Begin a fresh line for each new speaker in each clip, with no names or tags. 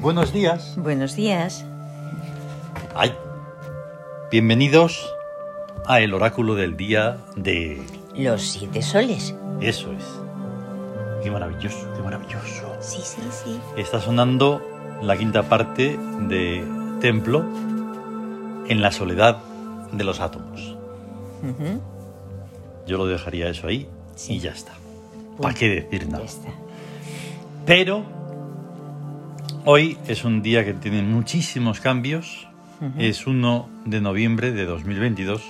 Buenos días.
Buenos días.
Ay. Bienvenidos a el oráculo del día de...
Los siete soles.
Eso es. Qué maravilloso, qué maravilloso.
Sí, sí, sí.
Está sonando la quinta parte de Templo en la soledad de los átomos.
Ujú.
Yo lo dejaría eso ahí
Sí.
y ya está. ¿Para qué decir nada?
Ya está.
Pero hoy es un día que tiene muchísimos cambios. Es 1 de noviembre de 2022,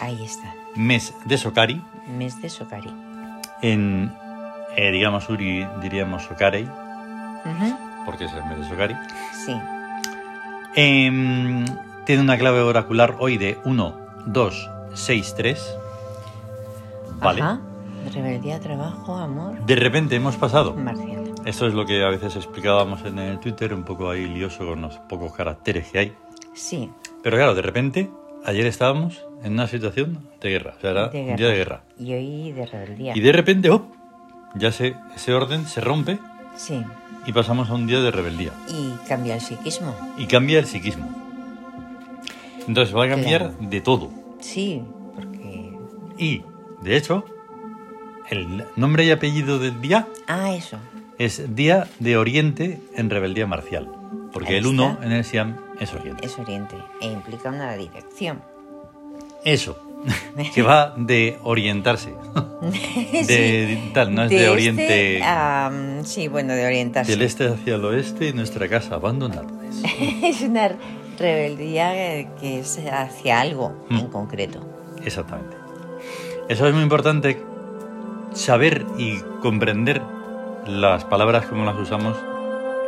Ahí está.
mes de Sokari.
Mes de Sokari.
En, eh, digamos, Uri diríamos Sokari,
Ujú.
porque es el mes de Sokari.
Sí.
Em, tiene una clave oracular hoy de 1, 2, 6, 3. Vale.
Ajá. Rebeldía, trabajo, amor.
De repente hemos pasado.
Marcial.
Esto es lo que a veces explicábamos en el Twitter, un poco ahí lioso con los pocos caracteres que hay.
Sí.
Pero claro, de repente, ayer estábamos en una situación de guerra, o sea, era
De
un
guerra.
día de guerra.
Y hoy de rebeldía.
Y de repente, ¡op! ya se, ese orden se rompe
Sí.
y pasamos a un día de rebeldía.
Y cambia el psiquismo.
Y cambia el psiquismo. Entonces va a cambiar
Claro.
de todo.
Sí, porque...
Y, de hecho, el nombre y apellido del día
Ah, eso.
es Día de Oriente en Rebeldía Marcial. Porque
Ahí
el 1
está.
en el Siam es Oriente.
Es oriente. E implica una dirección.
Eso, que va de orientarse. De tal, no es de,
este
Oriente.
a- sí, bueno, de orientación.
Del este hacia el oeste y nuestra casa abandonada. Es-
Es una rebeldía eh, que es hacia algo
Mm.
en concreto.
Exactamente. Eso es muy importante saber y comprender las palabras como las usamos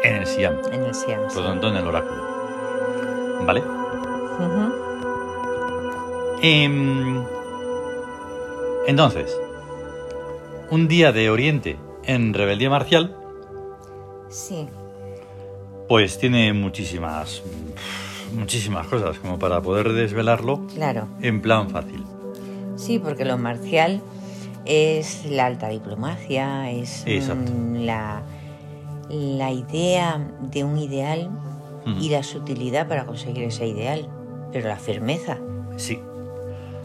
en el Siam,
En el Siam. sí.
por lo tanto en el oráculo. ¿Vale?
Ujú.
Em, entonces, un día de Oriente en rebeldía marcial,
Sí,
pues tiene muchísimas, mm, muchísimas cosas como para poder desvelarlo
claro.
en plan fácil.
Sí, porque lo marcial es la alta diplomacia, es mm,
Exacto.
la, la idea de un ideal
Ujú.
y la sutilidad para conseguir ese ideal, pero la firmeza
Sí,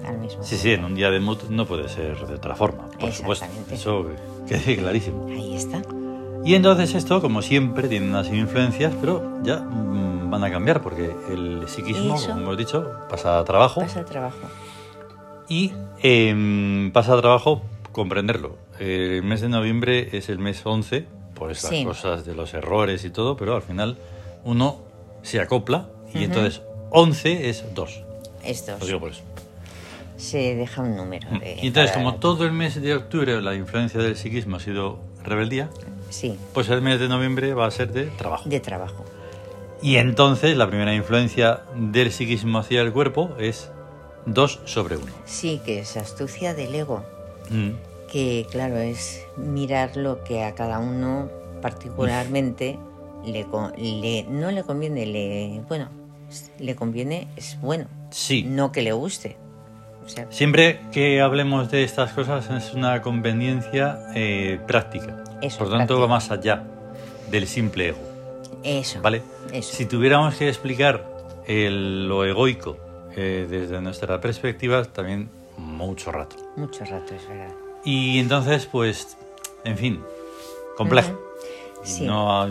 al mismo
Sí,
tiempo.
sí, en un día de mood no puede ser de otra forma, por supuesto.
Exactamente.
Eso quede clarísimo.
Ahí está.
Y entonces esto, como siempre, tiene unas influencias, pero ya mm, van a cambiar porque el psiquismo,
Eso.
como hemos dicho, pasa a trabajo
Pasa el trabajo.
y em, pasa a trabajo comprenderlo. El mes de noviembre es el mes 11, por estas
Sí.
cosas de los errores y todo, pero al final uno se acopla y entonces 11 es 2.
Esto
Lo digo por eso.
se deja un número. de-
Y entonces,
para-
como todo el mes de octubre la influencia del psiquismo ha sido rebeldía,
Sí,
pues el mes de noviembre va a ser de trabajo.
de trabajo.
Y entonces, la primera influencia del psiquismo hacia el cuerpo es 2 sobre 1.
Sí, que es astucia del ego, Mm. que claro, es mirar lo que a cada uno particularmente le, co- le- no le conviene, le bueno, le conviene es bueno,
Sí.
no que le guste. O sea,
Siempre que hablemos de estas cosas es una conveniencia eh, práctica.
Eso,
Por tanto,
práctica.
va más allá del simple ego.
eso.
¿Vale?
Eso.
Si tuviéramos que explicar el- lo egoico eh, desde nuestra perspectiva, también mucho rato.
Mucho rato, es verdad.
Y entonces, pues, en fin, complejo.
Sí.
No,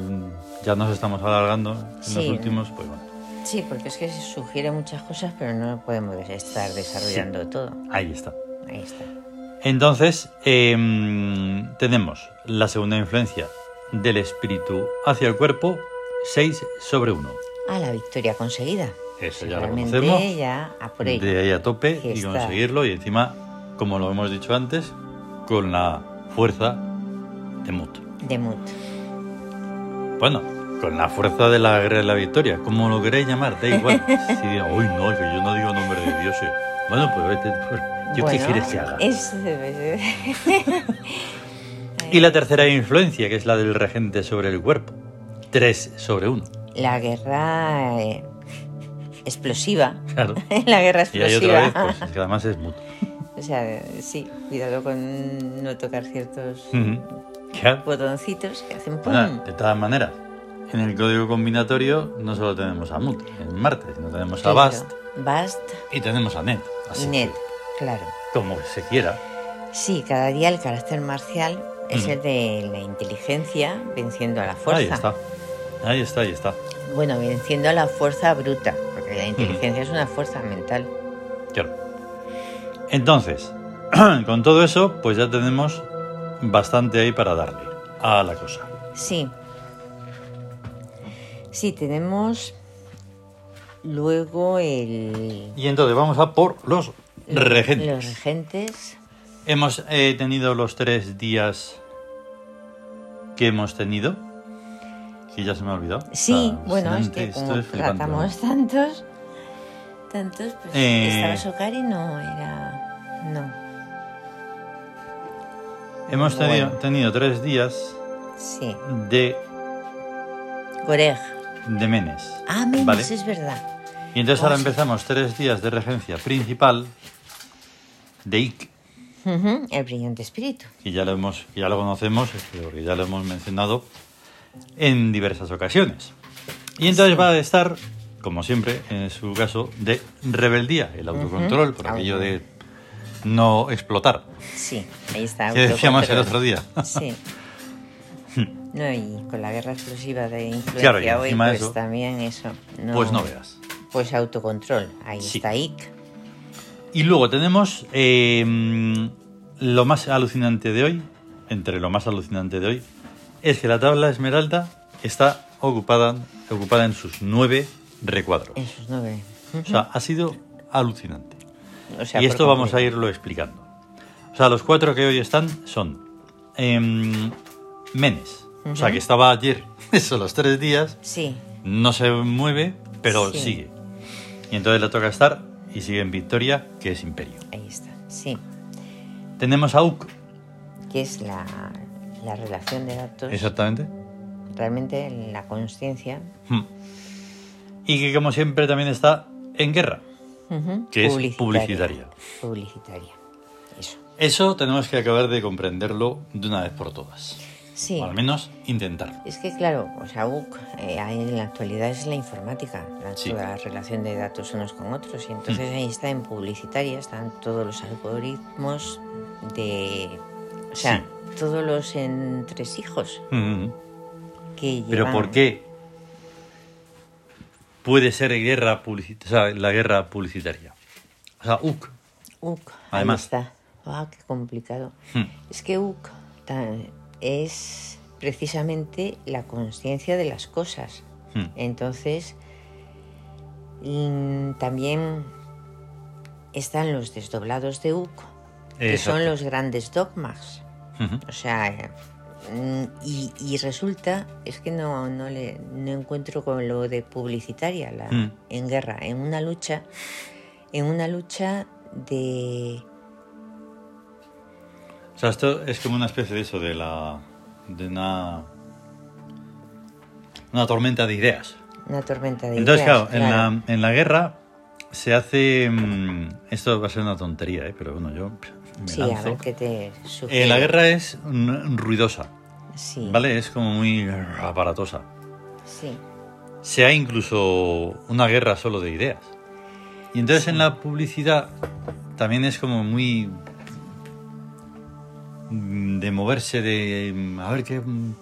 ya nos estamos alargando en los
Sí.
últimos, pues bueno.
Sí, porque es que se sugiere muchas cosas, pero no podemos estar desarrollando todo.
Ahí está.
Ahí está.
Entonces, em, tenemos la segunda influencia del espíritu hacia el cuerpo, 6 sobre 1.
Ah, la victoria conseguida.
Eso ya lo
Realmente
conocemos.
ya a por ello.
De ahí a tope
Que
y
está.
conseguirlo. Y encima, como lo hemos dicho antes, con la fuerza de Mut.
De Mut.
Bueno, con la fuerza de la guerra de la victoria, como lo queréis llamar, da igual. Si digo, uy, no, que yo no digo nombre de Dios. eh". Bueno, pues vete. pues, ¿Yo qué
Bueno, eh,
quieres que haga?
es-
Y la tercera influencia, que es la del regente sobre el cuerpo. 3 sobre 1,
la guerra eh, explosiva.
claro.
la guerra
Y ahí otra
explosiva.
vez, pues es que además es mutuo.
O sea, sí, cuidado con no tocar ciertos
Ujú. Claro.
botoncitos que hacen pum.
Ah, Bueno, de todas maneras, en el código combinatorio no solo tenemos a Mut, en Marte, sino tenemos a
Claro.
Bast Ah,
Bast
y tenemos a Ned.
y
Así
Ned,
que,
claro.
como se quiera.
Sí, cada día el carácter marcial es el de la inteligencia venciendo a la fuerza.
Mm. Ahí está. Ahí está, ahí está.
Bueno, venciendo a la fuerza bruta, porque
Mm.
la inteligencia es una fuerza mental.
Claro. Entonces, con todo eso, pues ya tenemos bastante ahí para darle a la cosa.
Sí. Sí, tenemos luego el...
Y entonces vamos a por los regentes.
Los regentes.
Hemos eh, tenido los tres días que hemos tenido. Que ya se me ha olvidado.
Sí,
Ah,
bueno, es que
esto
como
es flipante,
tratamos tantos, tantos, pues
Eh.
estaba Sokari no era... No,
¿no? Hemos tenido,
Bueno.
tenido tres días
sí.
de,
Goreg.
de menes.
Ah, menos,
¿vale?
es verdad.
Y entonces
Oh,
ahora
sí.
empezamos tres días de regencia principal de Ick,
Ujú, El brillante espíritu.
que ya lo, hemos, que ya lo conocemos, este, porque ya lo hemos mencionado en diversas ocasiones. Y entonces va a estar, como siempre, en su caso, de rebeldía, el autocontrol, por aquello de no explotar,
Sí, ahí está.
que decíamos el
autocontrol.
otro día.
Sí. No, y con la guerra explosiva de influencia
Claro, y
hoy,
encima de
pues
eso-
también eso.
Pues no veas.
Pues autocontrol, ahí
Sí.
está IC.
Y luego tenemos eh, mm, lo más alucinante de hoy, entre lo más alucinante de hoy, es que la tabla esmeralda está ocupada, ocupada en sus nueve recuadros.
Esos nueve.
O sea, ha sido alucinante.
O sea,
y
por
esto vamos a
completo.
irlo explicando. O sea, los cuatro que hoy están son em, Menes, o sea, que estaba ayer, eso, los tres días,
Sí,
no se mueve, pero
Sí.
sigue. Y entonces le toca estar y sigue en Victoria, que es Imperio.
ahí está. Sí,
Tenemos a Uk,
Pues. que es la, la relación de datos.
exactamente.
Realmente la consciencia
Hmm. Y que como siempre también está en guerra.
ujú,
Que es publicitaria.
Publicitaria. Eso.
Eso tenemos que acabar de comprenderlo de una vez por todas.
Sí.
O al menos intentarlo.
Es que claro, o sea, UC eh, ahí en la actualidad es la informática, la,
Sí. Mm.
toda la relación de datos unos con otros. Y entonces ahí está en publicitaria, están todos los algoritmos de... O sea, todos los entresijos
Mm, mm.
que llevan...
Pero ¿por qué puede ser guerra publici- o sea, la guerra publicitaria? O sea, UC.
UC,
Además.
Ahí está. Ah, qué complicado.
Hmm.
Es que UC tan- es precisamente la conciencia de las cosas.
Hmm.
Entonces, mm, también están los desdoblados de UC, que son
Exacto.
los grandes dogmas.
Ujú.
O sea, eh, mm, y, y resulta, es que no, no, le, no encuentro con lo de publicitaria la,
Mm.
en guerra, en una lucha, en una lucha de...
O sea, esto es como una especie de eso, de la. de una. una tormenta de ideas.
Una tormenta de
Entonces,
ideas,
claro, en la, en la guerra se hace. mm, esto va a ser una tontería, ¿eh? pero bueno, yo pff, me
Sí, a
lanzo.
ver qué te sugiere.
Eh, la guerra es mm, ruidosa,
Sí,
¿vale? Es como muy grrr, aparatosa.
sí,
Se ha incluso una guerra solo de ideas. Y entonces en la publicidad también es como muy. mm, de moverse, de. mm, a ver qué. mm,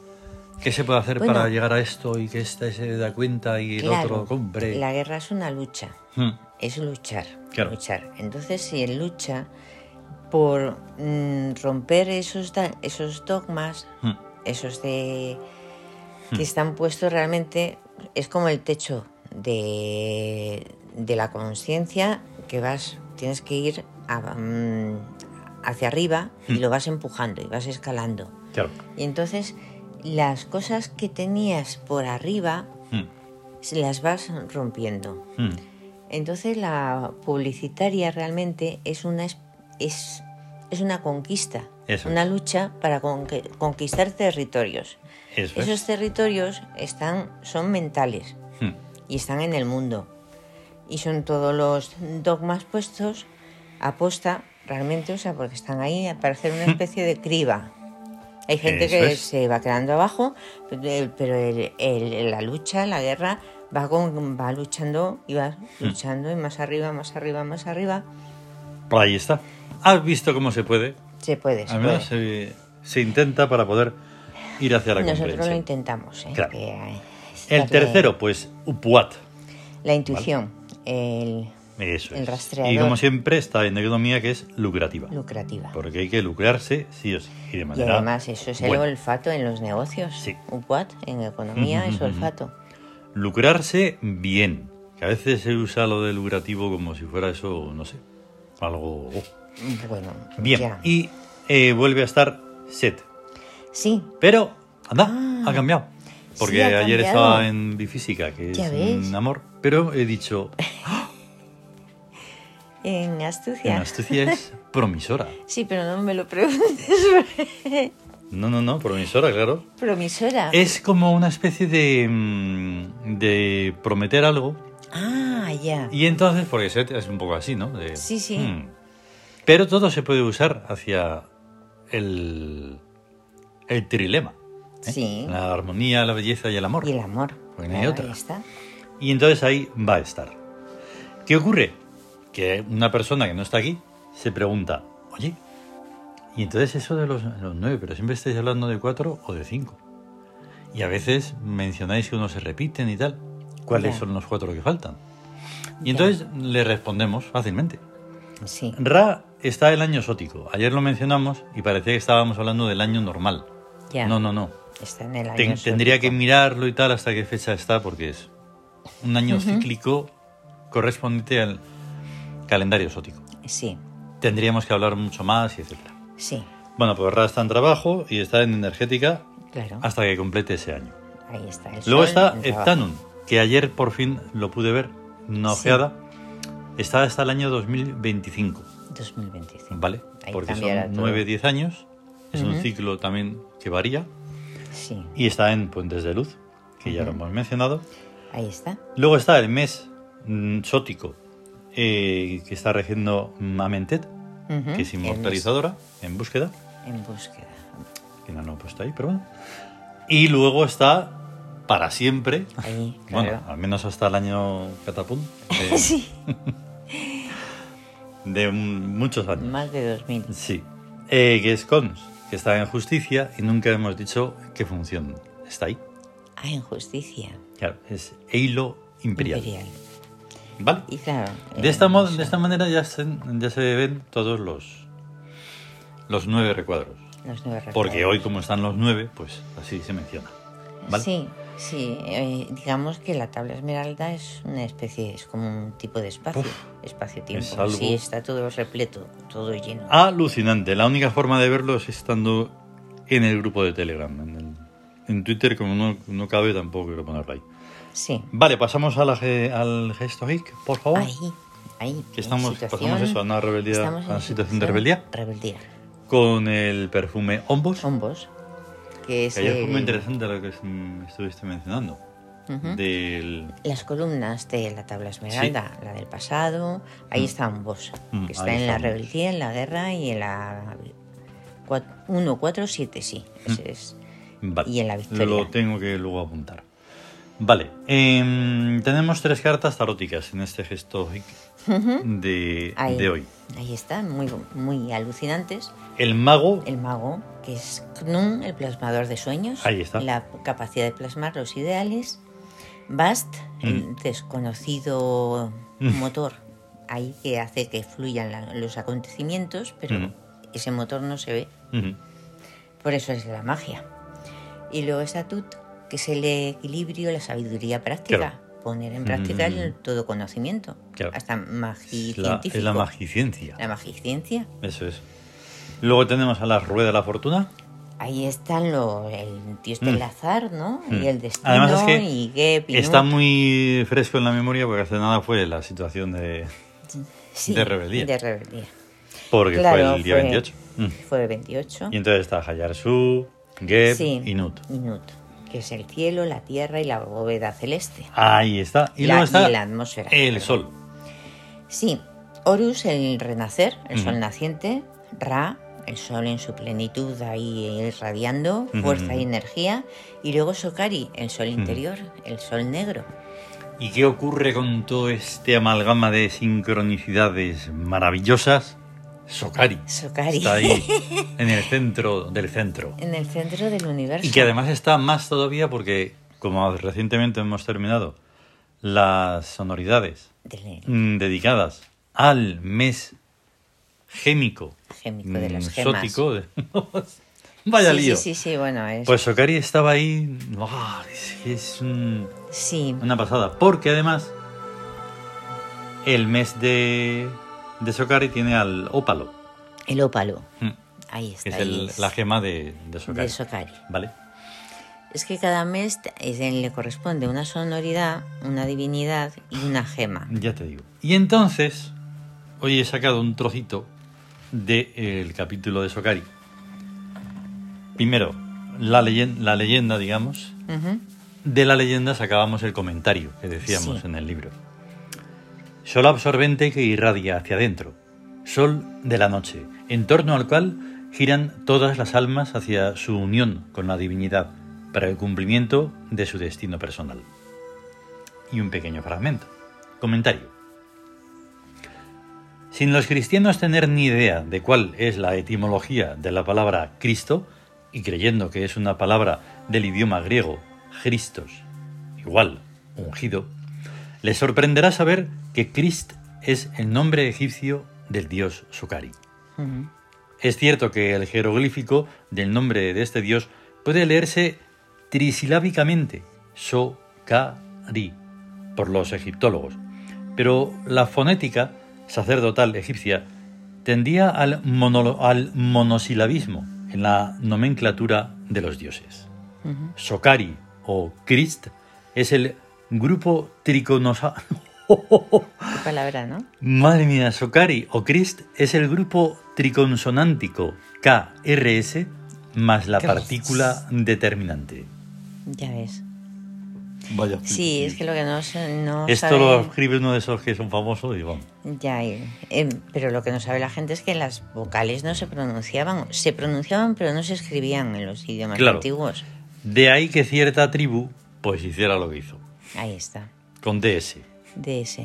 qué se puede hacer
Bueno.
para llegar a esto y que este se da cuenta y el
claro,
otro compre.
La guerra es una lucha.
Mm.
es luchar,
Claro.
luchar. Entonces, si él lucha por mm, romper esos, da- esos dogmas,
Mm.
esos de que están puestos realmente, es como el techo de, de la conciencia que vas, tienes que ir a- mm, hacia arriba y lo vas empujando y vas escalando.
Claro.
Y entonces, las cosas que tenías por arriba,
Mm.
se las vas rompiendo.
Mm.
Entonces la publicitaria realmente es una es, es, es una conquista,
Eso
una
es.
lucha para conque- conquistar territorios.
Eso
Esos
es.
territorios están son mentales
Mm.
y están en el mundo. Y son todos los dogmas puestos aposta realmente, o sea, porque están ahí a parecer una especie de criba. Hay gente
Hmm. Eso
que
es.
se va quedando abajo, eh, pero el- el- la lucha, la guerra, va, con- va luchando y va luchando y más arriba, más arriba, más arriba.
Ahí está. ¿Has visto cómo se puede?
Se puede. se
Al menos
puede.
se, se intenta para poder ir hacia la
Nosotros lo
comprensión.
intentamos. ¿eh?
Claro.
que, eh,
El
darle
tercero, pues, Upuat.
La intuición, el
Eso
El
es.
rastreador.
Y como siempre, esta en economía que es lucrativa.
lucrativa.
Porque hay que lucrarse sí o sí. Y, de
Y
manera
además eso es el
buena.
olfato en los negocios.
Sí.
UPUAT en economía
Ujú,
es
ujú, ujú.
olfato.
Lucrarse bien. Que a veces se usa lo de lucrativo como si fuera eso, no sé, algo... oh.
Bueno,
Bien.
ya.
Y eh, vuelve a estar set.
Sí,
Pero, anda, ha cambiado. Porque
Ah. Sí, ha
ayer
cambiado.
estaba en bifísica, que
Ya
es
ves.
un amor. Pero he dicho,
en astucia.
en astucia es promisora.
Sí, pero no me lo preguntes.
No, no, no, promisora, claro.
Promisora.
Es como una especie de, mm, de prometer algo.
Ah, ya.
Y entonces, porque set es un poco así, ¿no? De, mm.
Sí, sí.
Pero todo se puede usar hacia el, el trilema. ¿eh?
Sí.
La armonía, la belleza y el amor.
Y el amor.
Pues no hay
Claro,
otra.
ahí está.
Y entonces ahí va a estar. ¿Qué ocurre? Que una persona que no está aquí se pregunta, oye, y entonces eso de los, los nueve, pero siempre estáis hablando de cuatro o de cinco. Y a veces mencionáis que unos se repiten y tal. ¿Cuáles
Ya.
son los cuatro que faltan? Y
Ya.
entonces le respondemos fácilmente.
Sí.
Ra está el año sótico. Ayer lo mencionamos y parecía que estábamos hablando del año normal.
Ya.
No, no, no.
Está en el año.
Ten- tendría que
solito.
mirarlo y tal hasta qué fecha está, porque es un año cíclico correspondiente al calendario sótico.
Sí,
Tendríamos que hablar mucho más y etcétera.
sí,
Bueno, pues Ra está en trabajo y está en energética
claro.
hasta que complete ese año.
Ahí está. El
Luego
sol
está
en trabajo.
Heptanum, que ayer por fin lo pude ver, una
Sí.
ojeada. Está hasta el año 2025,
2025.
¿vale?
Ahí
Porque
cambiará
son
todo.
9-10 años. Es un
Ujú.
ciclo también que varía.
Sí,
Y está en Puentes de Luz, que ya lo hemos mencionado.
ahí está.
Luego está el mes mm, sótico eh, que está regiendo Mamentet,
Ujú,
que es
en-
inmortalizadora, en búsqueda,
En, búsqueda.
que no lo he puesto ahí, pero bueno. Y luego está para siempre,
Ahí,
bueno,
claro.
al menos hasta el año catapum, de,
sí.
de un- muchos años.
Más de 2000.
Sí, Eh, que es Cons, que está en justicia y nunca hemos dicho qué función está ahí.
Ah, en justicia.
Claro, es Eilo Imperial.
Imperial.
¿Vale?
Y claro.
De esta, mo-
eh,
de esta manera ya se, ya se ven todos los, los nueve recuadros.
los nueve
Porque
recuerdos.
hoy, como están los nueve, pues así se menciona. ¿Vale?
Sí, sí. eh, digamos que la tabla esmeralda es una especie, es como un tipo de espacio,
Uf,
espacio-tiempo.
es algo- Ah.
Sí, está todo repleto, todo lleno.
Alucinante. La única forma de verlo es estando en el grupo de Telegram. En, el- en Twitter, como no, no cabe, tampoco quiero ponerlo ahí.
Sí.
Vale, pasamos a la ge- al gesto geek, por favor.
Ahí, ahí.
Oh. Que estamos- pasamos eso, a una rebeldía-
estamos en
a una situación de rebeldía.
Rebeldía.
Con el perfume Ombos.
Hombos. Que es
Que ayer fue
el-
muy interesante lo que es- mm, estuviste mencionando.
Ujú.
Del
Las columnas de la tabla esmeralda, la del pasado, ahí está Hombos,
Mm, ahí
que está en
está
la
Hombos.
rebeldía, en la guerra y en la 147, sí,
Mm.
ese es.
Vale.
Y en la victoria.
Lo tengo que luego apuntar. Vale. em, tenemos tres cartas taróticas en este gesto de,
Ahí,
de hoy.
Ahí están, muy, muy alucinantes.
El mago.
El mago, que es Knun, el plasmador de sueños.
Ahí está.
La capacidad de plasmar los ideales. Bast, el desconocido
Mm.
motor, ahí que hace que fluyan la- los acontecimientos, pero
Mm.
ese motor no se ve.
Ujú,
Por eso es la magia. Y luego está Tut, que es el equilibrio, la sabiduría práctica. Poner en práctica el todo conocimiento.
Mm. Claro.
Hasta magia
Es la, es la magiciencia.
La magiciencia.
Eso es. Luego tenemos a la rueda de la fortuna.
Ahí están lo, el dios del azar, ¿no?
Mm.
Y el destino,
Además es que
y Gep, y
Está
Nut.
muy fresco en la memoria porque hace nada fue la situación de.
Sí,
de rebeldía.
de rebeldía.
Porque
Claro,
fue el día
fue-
28. Mm.
Fue el 28.
Y entonces está Hayarsu, Geb
Sí.
y Nut.
Y Nut, que es el cielo, la tierra y la bóveda celeste.
Ahí está. Y
La-
luego está
y la atmósfera.
el sol.
Sí, Horus, el renacer, el
Ujú.
sol naciente, Ra, el sol en su plenitud ahí irradiando fuerza y energía, y luego Sokari, el sol interior, el sol negro.
¿Y qué ocurre con todo este amalgama de sincronicidades maravillosas? Sokari.
Sokari.
Está ahí, en el centro del centro.
En el centro del universo.
Y que además está más todavía porque, como recientemente hemos terminado las sonoridades
Del
mm, dedicadas al mes gémico,
gémico de
mm,
las gemas.
sótico, de- vaya
sí,
lío.
Sí, sí, sí, bueno, es...
Pues Sokari estaba ahí, ¡buah! es, que es un-
sí,
una pasada, porque además el mes de, de Sokari tiene al ópalo,
el ópalo.
mm,
Hmm. Ahí
que
está.
es
ahí
el-
es,
la gema de, de Sokari.
de Sokari.
¿Vale?
Es que cada mes te- es- le corresponde una sonoridad, una divinidad y una gema.
Ya te digo. Y entonces, hoy he sacado un trocito del capítulo de Sokari. Primero, la, leyen- la leyenda, digamos.
Ujú.
De la leyenda sacábamos el comentario que decíamos
Sí.
en el libro. Sol absorbente que irradia hacia adentro. Sol de la noche, en torno al cual giran todas las almas hacia su unión con la divinidad para el cumplimiento de su destino personal. Y un pequeño fragmento. Comentario. Sin los cristianos tener ni idea de cuál es la etimología de la palabra Cristo, y creyendo que es una palabra del idioma griego, Christos, igual, ungido, les sorprenderá saber que Christ es el nombre egipcio del dios Sukari.
Ujú.
Es cierto que el jeroglífico del nombre de este dios puede leerse trisilábicamente, Sokari, por los egiptólogos, pero la fonética sacerdotal egipcia tendía al, monolo- al monosilabismo en la nomenclatura de los dioses.
Ujú.
Sokari o Christ es el grupo triconosa...
Qué palabra, ¿no?
Madre mía, Sokari o Christ es el grupo triconsonántico KRS más la
Christ.
partícula determinante.
Ya ves.
Vaya.
Sí, es que lo que no, se- no
Esto
sabe-
lo escribe uno de esos que son famosos y vamos.
Ya, eh, eh, pero lo que no sabe la gente es que las vocales no se pronunciaban. Se pronunciaban, pero no se escribían en los idiomas
Claro.
antiguos.
De ahí que cierta tribu, pues hiciera lo que hizo.
Ahí está.
Con DS.
DS.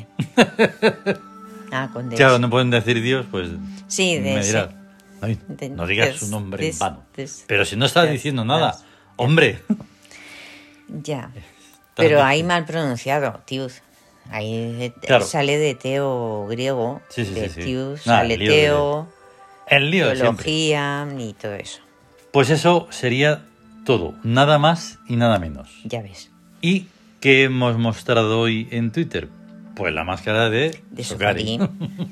ah, con DS.
Claro, no pueden decir Dios, pues
Sí,
me
DS.
dirán. "Ay,
De-
no digas
des-
su nombre en
des-
vano.
des-
Pero si no estás
des-
diciendo
des-
nada, hombre.
Ya. Pero
bien.
ahí mal pronunciado, tius. Ahí eh,
Claro.
sale de teo griego,
Sí, sí,
de
sí, sí.
tius,
Nada,
sale
el lío de-
teo,
El lío de siempre.
teología y todo eso.
Pues eso sería todo, nada más y nada menos.
Ya ves.
¿Y qué hemos mostrado hoy en Twitter? Pues la máscara de,
De
Sokari.
Sokari.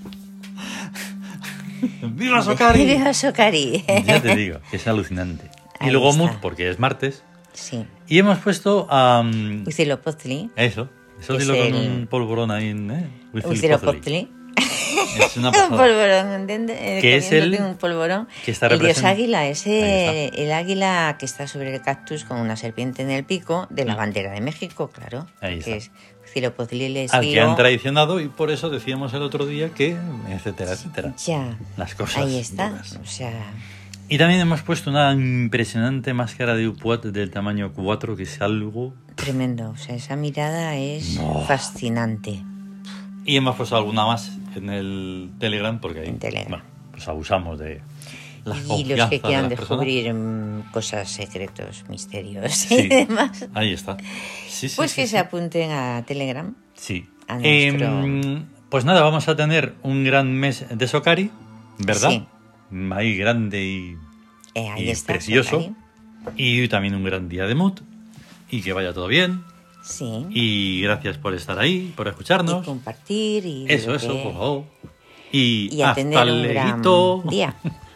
¡Viva Sokari!
Viva Sokari.
ya te digo, es alucinante. Y
Ahí
luego
está.
Mut, porque es martes.
sí.
Y hemos puesto a... um,
Pues, Huitzilopochtli.
eso, eso
Es
dilo con
el-
un polvorón ahí en... ¿eh? Huitzilopochtli.
Huitzilopochtli.
Es una
Un
pasada.
polvorón, ¿entiendes? Eh,
Que es
comiéndote
el-
un polvorón.
que está
el dios
represent-
águila,
Ahí
ese el águila que está sobre el cactus con una serpiente en el pico de la bandera de México, claro.
Mm. Ahí
que
está.
es Huitzilopochtli, el
Al que
estilo-
han traicionado y por eso decíamos el otro día que... etcétera, etcétera.
Ya.
Las cosas
Ahí está.
duras.
O sea,
Y también hemos puesto una impresionante máscara de Upuat del tamaño 4, que es algo.
tremendo. O sea, esa mirada es
No.
fascinante.
Y hemos puesto alguna más en el Telegram, porque ahí
En Telegram.
bueno, pues abusamos de las
y los
confianzas
que
de
quieran
las personas.
descubrir mm, cosas, secretos, misterios y
Sí,
demás,
ahí está. Sí, sí,
pues
sí,
que
sí.
se apunten a Telegram.
Sí.
a
Eh,
nuestro-
pues nada, vamos a tener un gran mes de Sokari, ¿verdad?
Sí.
Ahí grande y,
Eh, ahí
y
está.
precioso.
Sokari.
Y también un gran día de Mut. Y que vaya todo bien.
Sí.
Y gracias por estar ahí, por
Y
escucharnos.
compartir y
Eso,
lo
eso,
que-
por favor. Y,
y a
hasta
tener un gran
luego.
día.